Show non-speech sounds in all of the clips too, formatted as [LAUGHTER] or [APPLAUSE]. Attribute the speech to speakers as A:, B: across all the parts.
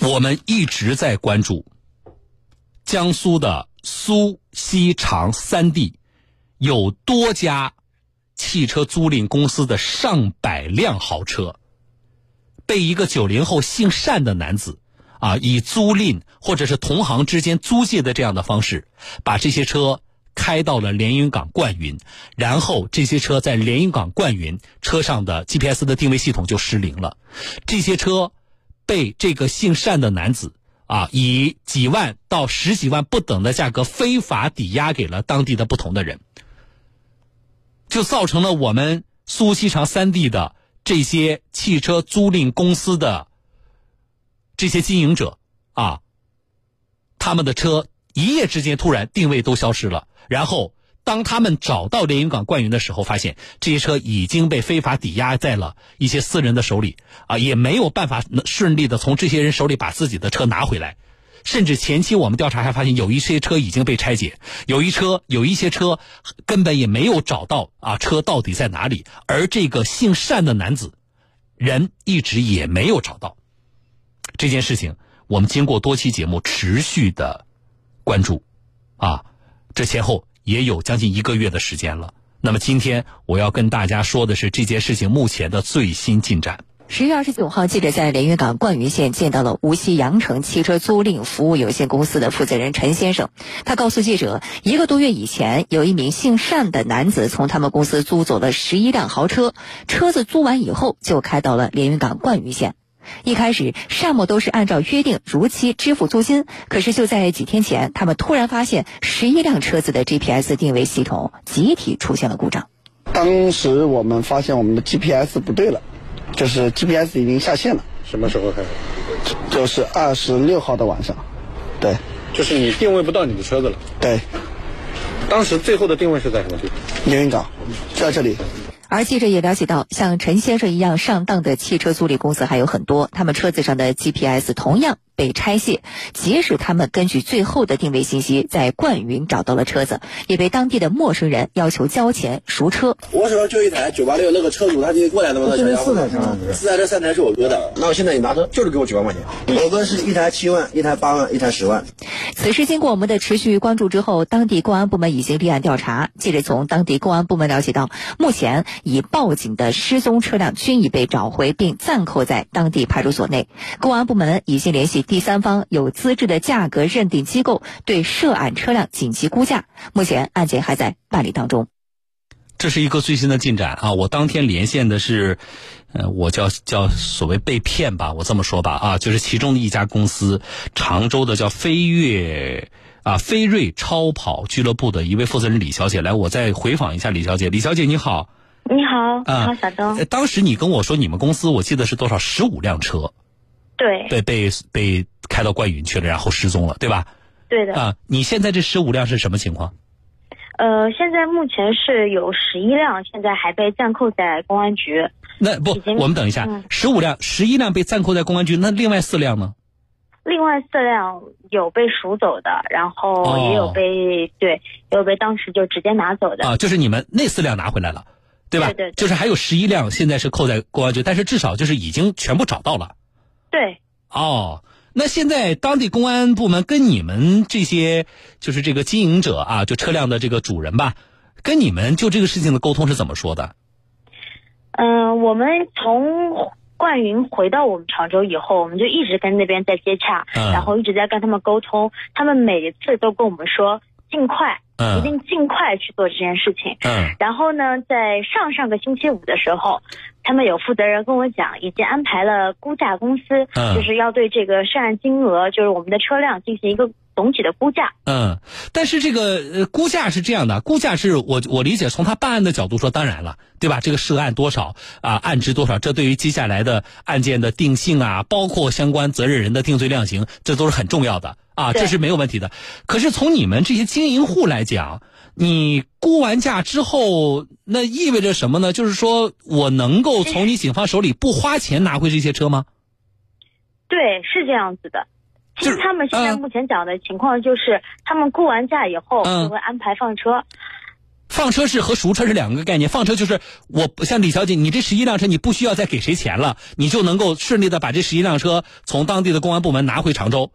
A: 我们一直在关注江苏的苏锡常三地有多家汽车租赁公司的上百辆豪车，被一个九零后姓单的男子啊，以租赁或者是同行之间租借的这样的方式，把这些车开到了连云港灌云，然后这些车在连云港灌云车上的 GPS 的定位系统就失灵了，这些车被这个姓单的男子啊以几万到十几万不等的价格非法抵押给了当地的不同的人，就造成了我们苏锡常三地的这些汽车租赁公司的这些经营者啊，他们的车一夜之间突然定位都消失了，然后。当他们找到连云港灌云的时候，发现这些车已经被非法抵押在了一些私人的手里，啊，也没有办法能顺利的从这些人手里把自己的车拿回来。甚至前期我们调查还发现，有一些车已经被拆解，有一车有一些车根本也没有找到啊车到底在哪里，而这个姓单的男子人一直也没有找到。这件事情，我们经过多期节目持续的关注，啊，这前后。也有将近一个月的时间了。那么今天我要跟大家说的是这件事情目前的最新进展。
B: 十月二十九号，记者在连云港灌云县见到了无锡阳城汽车租赁服务有限公司的负责人陈先生。他告诉记者，一个多月以前，有一名姓单的男子从他们公司租走了十一辆豪车，车子租完以后就开到了连云港灌云县。一开始，单某都是按照约定如期支付租金。可是就在几天前，他们突然发现十一辆车子的 GPS 定位系统集体出现了故障。
C: 当时我们发现我们的 GPS 不对了，就是 GPS 已经下线了。
D: 什么时候开始？
C: 就是二十六号的晚上。对，
D: 就是你定位不到你的车子了。
C: 对，
D: 当时最后的定位是在什么地方？
C: 连云港，在这里。
B: 而记者也了解到，像陈先生一样上当的汽车租赁公司还有很多，他们车子上的 GPS 同样被拆卸。即使他们根据最后的定位信息在灌云找到了车子，也被当地的陌生人要求交钱赎车。
E: 我手上就一台九八六，那个车主他就过来那么
F: 这边四台车吗？
E: 四台车三台是我哥的。
F: 那我现在你拿着就是给我九万块钱，我哥是一台七万，一台八万，一台十万。
B: 此事经过我们的持续关注之后，当地公安部门已经立案调查。记者从当地公安部门了解到，目前已报警的失踪车辆均已被找回并暂扣在当地派出所内。公安部门已经联系第三方有资质的价格认定机构，对涉案车辆紧急估价。目前案件还在办理当中。
A: 这是一个最新的进展啊！我当天连线的是，呃，我叫叫所谓被骗吧，我这么说吧啊，就是其中的一家公司，常州的叫飞跃啊飞瑞超跑俱乐部的一位负责人李小姐。来，我再回访一下李小姐。李小姐你好，
G: 你好，
A: 啊
G: 好，小东，
A: 呃当时你跟我说你们公司我记得是多少十五辆车
G: 对
A: 被被被开到灌云去了，然后失踪了，对吧？
G: 对的，
A: 啊，你现在这十五辆是什么情况？
G: 呃，现在目前是有十一辆，现在还被暂扣在公安局。
A: 那不
G: 已，经
A: 我们等一下
G: 嗯，
A: 十五辆，十一辆被暂扣在公安局，那另外四辆呢？
G: 另外四辆有被赎走的，然后也有
A: 哦
G: 被、对，也有被当时就直接拿走的。
A: 啊，就是你们那四辆拿回来了，对吧？
G: 对对对
A: 就是还有十一辆现在是扣在公安局，但是至少就是已经全部找到了。
G: 对，
A: 哦，那现在当地公安部门跟你们这些就是这个经营者啊，就车辆的这个主人吧，跟你们就这个事情的沟通是怎么说的？
G: 嗯、我们从灌云回到我们常州以后，我们就一直跟那边在接洽，
A: 嗯
G: 然后一直在跟他们沟通，他们每一次都跟我们说尽快，一
A: 嗯
G: 定尽快去做这件事情。
A: 嗯
G: 然后呢，在上上个星期五的时候，他们有负责人跟我讲，已经安排了估价公司，
A: 嗯
G: 就是要对这个涉案金额，就是我们的车辆进行一个总体的估价。
A: 嗯，但是这个呃估价是这样的，估价是我我理解从他办案的角度说，当然了，对吧？这个涉案多少啊，案值多少，这对于接下来的案件的定性啊，包括相关责任人的定罪量刑，这都是很重要的啊，
G: 对
A: 这是没有问题的。可是从你们这些经营户来讲，你估完价之后，那意味着什么呢？就是说我能
G: 哎
A: 够从你警方手里不花钱拿回这些车吗？
G: 对，是这样子的。其
A: 就是
G: 实他们现在
A: 嗯
G: 目前讲的情况就是，他们估完价以后
A: 嗯
G: 就会安排放车。
A: 放车是和赎车是两个概念。放车就是我像李小姐，你这十一辆车，你不需要再给谁钱了，你就能够顺利的把这十一辆车从当地的公安部门拿回常州。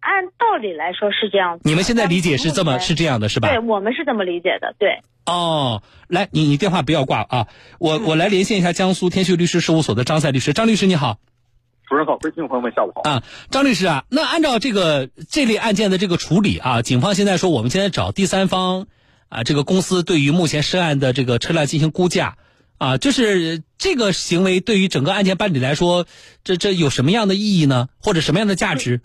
G: 按道理来说是这样子的。
A: 你们现在理解是这么
G: 但
A: 是这样的，是吧？
G: 对，我们是这么理解的，对。
A: 哦，来，你你电话不要挂啊，我我来连线一下江苏天旭律师事务所的张赛律师，张律师你好
D: 主任好，各位听众朋友们，下午好。
A: 啊，张律师啊，那按照这个这类案件的这个处理啊，警方现在说我们现在找第三方啊，这个公司对于目前涉案的这个车辆进行估价啊，就是这个行为对于整个案件办理来说，这这有什么样的意义呢？或者什么样的价值？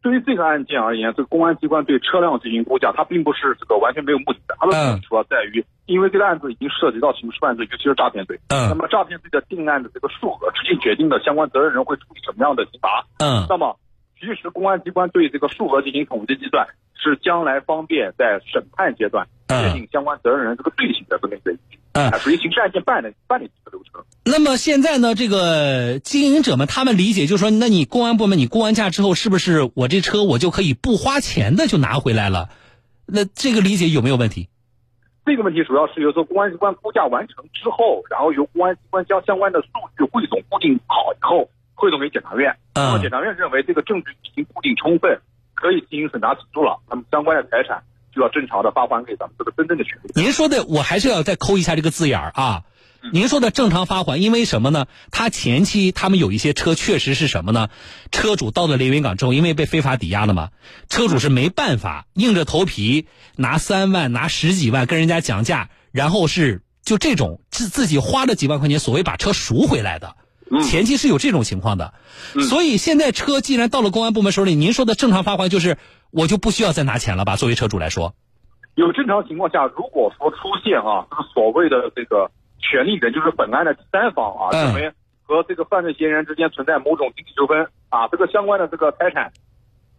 D: 对于这个案件而言，这个公安机关对车辆进行估价，它并不是这个完全没有目的的。它的目
A: 嗯
D: 的主要在于，因为这个案子已经涉及到刑事犯罪，尤其是诈骗罪。那
A: 嗯
D: 么诈骗罪的定案的这个数额，直接决定了相关责任人会处以什么样的刑罚。
A: 嗯
D: 那么，其实公安机关对这个数额进行统计计算，是将来方便在审判阶段确
A: 嗯，
D: 定相关责任人这个罪行的分类罪行。
A: 嗯
D: 啊，属于刑事案件办理办理这个流程。
A: 那么现在呢，这个经营者们他们理解就是说，那你公安部门你估完价之后，是不是我这车我就可以不花钱的就拿回来了？那这个理解有没有问题？
D: 这个问题主要是由说公安机关估价完成之后，然后由公安机关将相关的数据汇总固定好以后，汇总给检察院。那么
A: 嗯
D: 检察院认哦为这个证据已经固定充分，可以进行审查起诉了，那么相关的财产就要正常的发还给咱们这个真正的权利人。
A: 您说的，我还是要再抠一下这个字眼儿啊。您说的正常发还，因为什么呢？他前期他们有一些车确实是什么呢？车主到了连云港之后，因为被非法抵押了嘛，车主是没办法，硬着头皮拿三万、拿十几万跟人家讲价，然后是就这种自自己花了几万块钱，所谓把车赎回来的。前期是有这种情况的，所以现在车既然到了公安部门手里，您说的正常发还就是我就不需要再拿钱了吧？作为车主来说，
D: 有正常情况下，如果说出现啊，这个所谓的这个权利人，就是本案的第三方啊，
A: 嗯
D: 认为和这个犯罪嫌疑人之间存在某种经济纠纷啊，这个相关的这个财产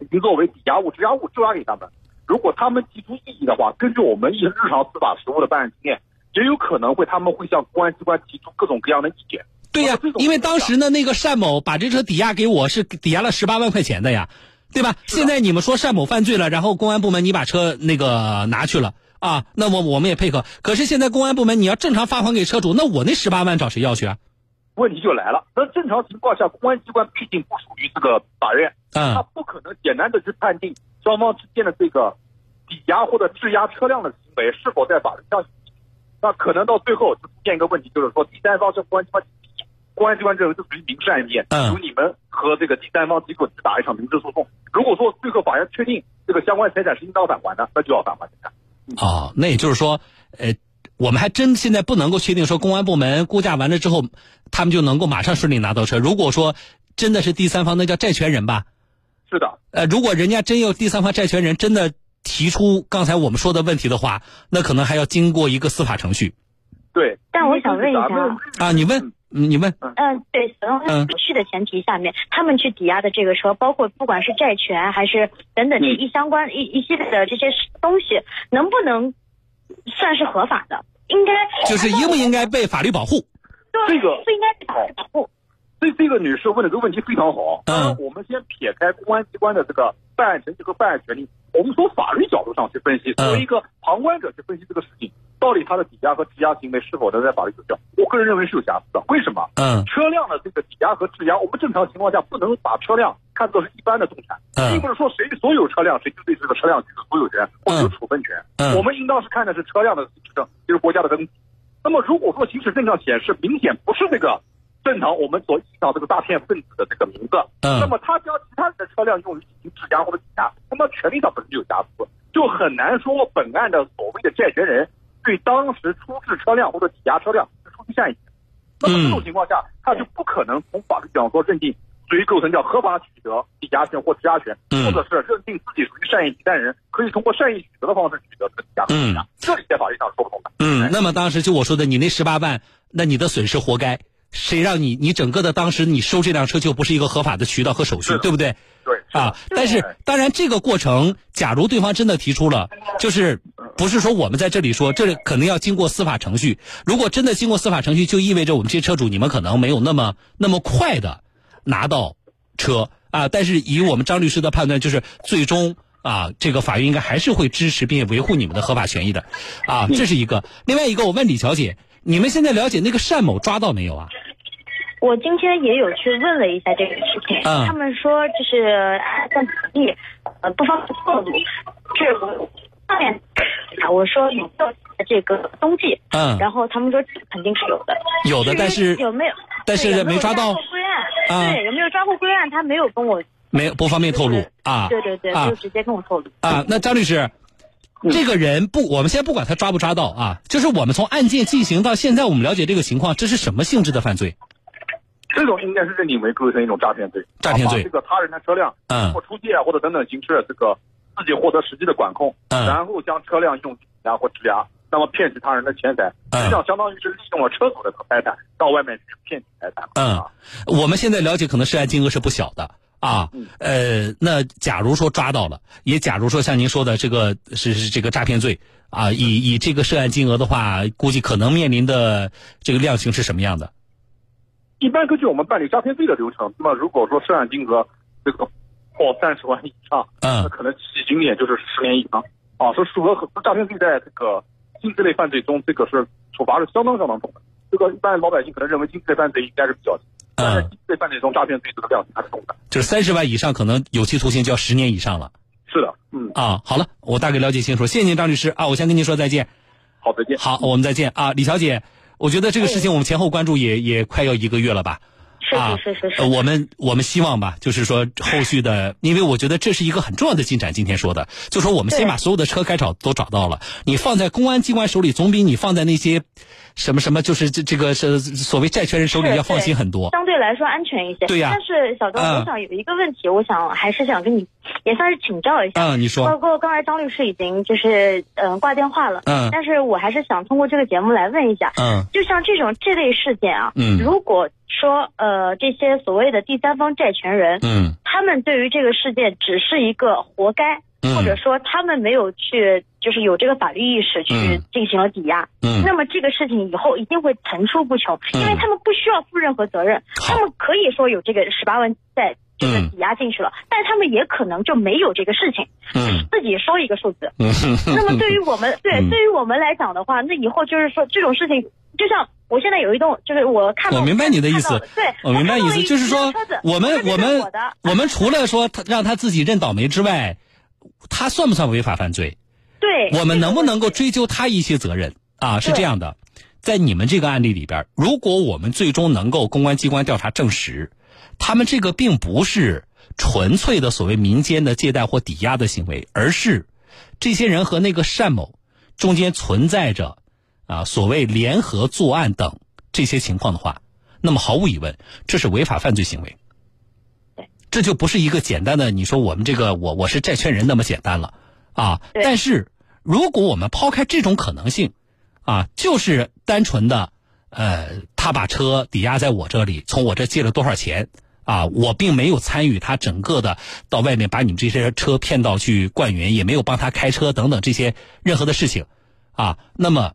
D: 已经作为抵押物、质押物质押给他们。如果他们提出异议的话，根据我们一日常司法实务的办案经验，也有可能会他们会向公安机关提出各种各样的意见。
A: 对呀、
D: 啊这种
A: 因为当时呢，那个单某把这车抵押给我是抵押了十八万块钱的呀，对吧？现在你们说单某犯罪了，然后公安部门你把车那个拿去了啊，那么我们也配合。可是现在公安部门你要正常发还给车主，那我那十八万找谁要去啊？
D: 问题就来了，那正常情况下，公安机关毕竟不属于这个法院，他
A: 嗯
D: 不可能简单的去判定双方之间的这个抵押或者质押车辆的行为是否在法律上有依据。那可能到最后就出现一个问题，就是说第三方是公安机关提起，公安机关认为这属于民事案件，
A: 嗯
D: 由你们和这个第三方结果去打一场民事诉讼。如果说最后法院确定这个相关财产是应当返还的，那就要返还财产。
A: 哦，那也就是说，呃，我们还真现在不能够确定说公安部门估价完了之后，他们就能够马上顺利拿到车。如果说真的是第三方，那叫债权人吧？
D: 是的，
A: 呃，如果人家真有第三方债权人真的提出刚才我们说的问题的话，那可能还要经过一个司法程序
D: 对。
G: 但我想问一下
D: 咱们
A: 啊。你问，嗯你问，
G: 嗯，对，损
A: 嗯
G: 害储蓄的前提下面，他们去抵押的这个车，包括不管是债权还是等等这
A: 嗯
G: 一相关一一系列的这些东西，能不能算是合法的？应该
A: 就是应不应该被法律保护？
G: 对
D: 这个哦
G: 不应该被法律保护？
D: 这这个女士问的这个问题非常好。
A: 嗯
D: 我们先撇开公安机关的这个办案程序和办案权利，我们从法律角度上去分析，
A: 嗯
D: 作为一个旁观者去分析这个事情，到底他的抵押和质押行为是否能在法律有效？我个人认为是有瑕疵的。为什么？
A: 嗯
D: 车辆的这个抵押和质押，我们正常情况下不能把车辆看作是一般的动产，
A: 嗯
D: 并不是说谁所有车辆谁就对这个车辆具有所有权或者有处分权。
A: 嗯
D: 我们应当是看的是车辆的行驶证，就是国家的登记。那么如果说行驶证上显示明显不是这个正常我们所意义上这个诈骗分子的这个名字，那
A: 嗯
D: 么他将其他人的车辆用于进行质押或者抵押，那么权利上本身就有瑕疵，就很难说本案的所谓的债权人对当时出质车辆或者抵押车辆是出于善意的。那么
A: 嗯
D: 这种情况下，他就不可能从法律角度说认定属于构成叫合法取得抵押权或质押权，
A: 嗯
D: 或者是认定自己属于善意抵押人，可以通过善意取得的方式取得这个抵押和质押，这里在法律上是说不通的。
A: 嗯。那么当时就我说的，你那十八万，那你的损失活该。谁让你你整个的当时你收这辆车就不是一个合法的渠道和手续
D: 是，的
A: 对不对？
D: 对
A: 啊，但是
D: 对
A: 当然，这个过程，假如对方真的提出了，就是不是说我们在这里说，这里可能要经过司法程序。如果真的经过司法程序，就意味着我们这些车主你们可能没有那么那么快的拿到车啊。但是以我们张律师的判断，就是最终啊，这个法院应该还是会支持并且维护你们的合法权益的，啊，这是一个。另外一个，我问李小姐，你们现在了解那个单某抓到没有啊？
G: 我今天也有去问了一下这个事情，
A: 嗯
G: 他们说就是暂地呃不方便透露，这我上面啊我说有没有这个踪迹，
A: 嗯
G: 然后他们说肯定是有的，
A: 有的
G: 至于
A: 但是
G: 有没有，
A: 但是
G: 对有没
A: 没
G: 有
A: 抓到
G: 抓获归
A: 啊
G: 案，对，有没有抓获归案，他没有跟我，
A: 没有，不方便透露啊。
G: 对对对，没
A: 啊
G: 有直接跟我透露。
A: 啊，那张律师，这个人不，我们先不管他抓不抓到啊，就是我们从案件进行到现在，我们了解这个情况，这是什么性质的犯罪？
D: 这种应该是认定为构成一种诈骗罪，
A: 诈骗罪
D: 把这个他人的车辆
A: 嗯
D: 或出借啊或者等等形式，这个自己获得实际的管控，
A: 嗯
D: 然后将车辆用抵押或质押，那么骗取他人的钱财，
A: 嗯
D: 实际上相当于是利用了车主的财产到外面去骗取财产。
A: 嗯，我们现在了解可能涉案金额是不小的啊。呃，那假如说抓到了，也假如说像您说的这个是是这个诈骗罪啊，以以这个涉案金额的话，估计可能面临的这个量刑是什么样的？
D: 一般根据我们办理诈骗罪的流程，那么如果说涉案金额这个破三十万以上，
A: 嗯
D: 那可能起刑点就是十年以上。啊，说数额很诈骗罪在这个经济类犯罪中，这个是处罚是相当相当重的。这个一般老百姓可能认为经济类犯罪应该是比较轻，但
A: 嗯
D: 是经济类犯罪中诈骗罪这个量刑还是重的。
A: 就是三十万以上，可能有期徒刑就要十年以上了
D: 是的，嗯，
A: 啊。好了，我大概了解清楚，谢谢您张律师啊，我先跟您说再见。
D: 好，再见。
A: 好，我们再见啊，李小姐。我觉得这个
G: 哎
A: 事情我们前后关注也也快要一个月了吧？
G: 是
A: 啊
G: 是是是是
A: 呃我们我们希望吧，就是说后续的，因为我觉得这是一个很重要的进展。今天说的，就说我们先
G: 对
A: 把所有的车该找都找到了，你放在公安机关手里，总比你放在那些什么什么，就是这这个是所谓债权人手里
G: 是
A: 要放
G: 对
A: 心很多。
G: 相对来说安全一些。
A: 对呀
G: 但是小东，
A: 嗯
G: 我想有一个问题，我想还是想跟你也算是请教一下。
A: 嗯，你
G: 包
A: 说，
G: 括刚才张律师已经就是嗯、呃挂电话了，
A: 嗯
G: 但是我还是想通过这个节目来问一下，
A: 嗯
G: 就像这种这类事件啊，
A: 嗯
G: 如果说呃这些所谓的第三方债权人，
A: 嗯
G: 他们对于这个事件只是一个活该，
A: 嗯
G: 或者说他们没有去就是有这个法律意识去
A: 嗯
G: 进行了抵押，
A: 嗯
G: 那么这个事情以后一定会层出不穷，
A: 嗯
G: 因为他们不需要负任何责任，
A: 好
G: 他们可以说有这个十八万在就是抵押进去了，但他们也可能就没有这个事情，
A: 嗯
G: 自己说一个数字。
A: 嗯，
G: [LAUGHS] 那么对于
A: [LAUGHS]
G: 我们对、
A: 嗯
G: 对于我们来讲的话，那以后就是说这种事情，就像我现在有一栋，就是我看到
A: 我明白你的意思
G: 看到了对，
A: 我哦明白意
G: 看到了
A: 思，
G: 一
A: 就是说
G: 一辆车子
A: 我们
G: 这是
A: 我们
G: 我的
A: 我们除了说他让他自己认倒霉之外，他算不算违法犯罪？
G: 对，
A: 我们能不能够
G: 这个问
A: 追
G: 题
A: 究他一些责任啊？是
G: 对
A: 这样的，在你们这个案例里边，如果我们最终能够公安机关调查证实，他们这个并不是纯粹的所谓民间的借贷或抵押的行为，而是这些人和那个单某中间存在着啊所谓联合作案等这些情况的话，那么毫无疑问，这是违法犯罪行为。这就不是一个简单的你说我们这个我我是债权人那么简单了啊。
G: 对
A: 但是如果我们抛开这种可能性，啊，就是单纯的呃，他把车抵押在我这里，从我这借了多少钱啊，我并没有参与他整个的到外面把你们这些车骗到去灌云，也没有帮他开车等等这些任何的事情啊。那么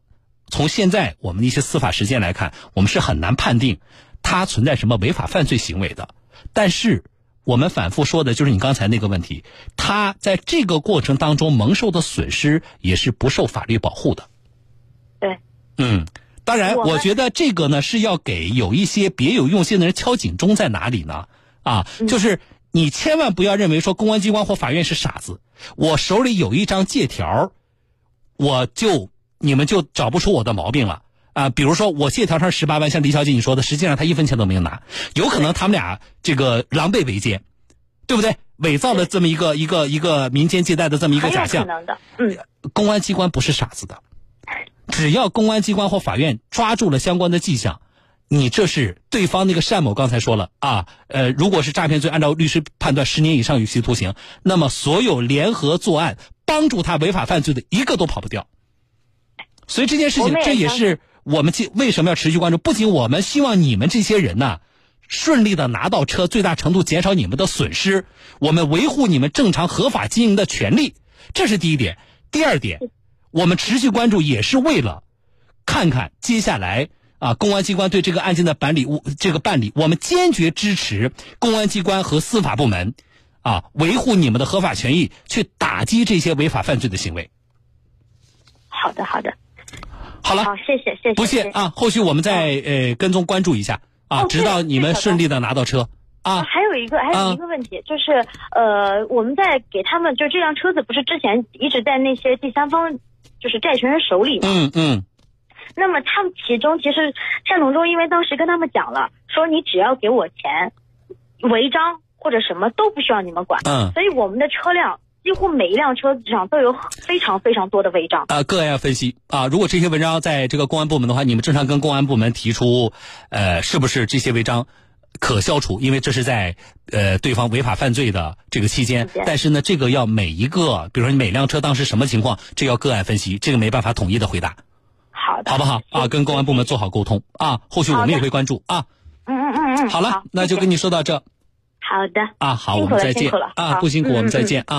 A: 从现在我们的一些司法实践来看，我们是很难判定他存在什么违法犯罪行为的。但是我们反复说的就是你刚才那个问题，他在这个过程当中蒙受的损失也是不受法律保护的。
G: 对，
A: 嗯，当然，
G: 我们
A: 我觉得这个呢是要给有一些别有用心的人敲警钟，在哪里呢？啊，
G: 嗯
A: 就是你千万不要认为说公安机关或法院是傻子，我手里有一张借条，我就你们就找不出我的毛病了。啊，比如说我借条上十八万，像李小姐你说的，实际上她一分钱都没有拿，有可能他们俩这个狼狈为奸，对不对？伪造了这么一个一个一个民间借贷的这么一个
G: 很有
A: 假象
G: 可，能的，嗯，
A: 公安机关不是傻子的，只要公安机关或法院抓住了相关的迹象，你这是对方那个单某刚才说了啊，呃，如果是诈骗罪，按照律师判断十年以上有期徒刑，那么所有联合作案帮助他违法犯罪的一个都跑不掉。所以这件事
G: 我
A: 情
G: 们，也
A: 这也
G: 相
A: 是我们既为什么要持续关注。不仅我们希望你们这些人呐顺利的拿到车，最大程度减少你们的损失，我们维护你们正常合法经营的权利，这是第一点。第二点，我们持续关注也是为了看看接下来啊，公安机关对这个案件的办理，我这个办理，我们坚决支持公安机关和司法部门啊，维护你们的合法权益，去打击这些违法犯罪的行为。
G: 好的，好的，
A: 好了
G: 好，，谢谢，谢谢，
A: 不谢
G: 谢谢。
A: 啊，后续我们再呃跟踪关注一下啊，
G: 哦
A: 直到
G: 对
A: 你们
G: 对
A: 顺利的拿到车啊。
G: 还有一个，还有一个问题，就是呃，我们在给他们，就这辆车子不是之前一直在那些第三方，就是债权人手里嘛。
A: 嗯嗯
G: 那么他们其中其实单董周，因为当时跟他们讲了，说你只要给我钱，违章或者什么都不需要你们管。
A: 嗯
G: 所以我们的车辆几乎每一辆车上都有非常非常多的违章。
A: 啊，个案要分析啊。如果这些文章在这个公安部门的话，你们正常跟公安部门提出，呃，是不是这些违章可消除？因为这是在呃对方违法犯罪的这个期间
G: 期间。
A: 但是呢，这个要每一个，比如说你每辆车当时什么情况，这要个案分析，这个没办法统一的回答，
G: 好的，
A: 好不好啊？跟公安部门做好沟通啊。后续我们也会关注啊。
G: 嗯嗯嗯嗯，
A: 好了，那就
G: 谢谢
A: 跟你说到这
G: 好的。
A: 啊。好，
G: 辛
A: 我
G: 苦
A: 们
G: 了
A: 再
G: 辛
A: 见
G: 苦了
A: 啊，
G: 好
A: 不辛苦，
G: 嗯
A: 我们再
G: 嗯
A: 见啊。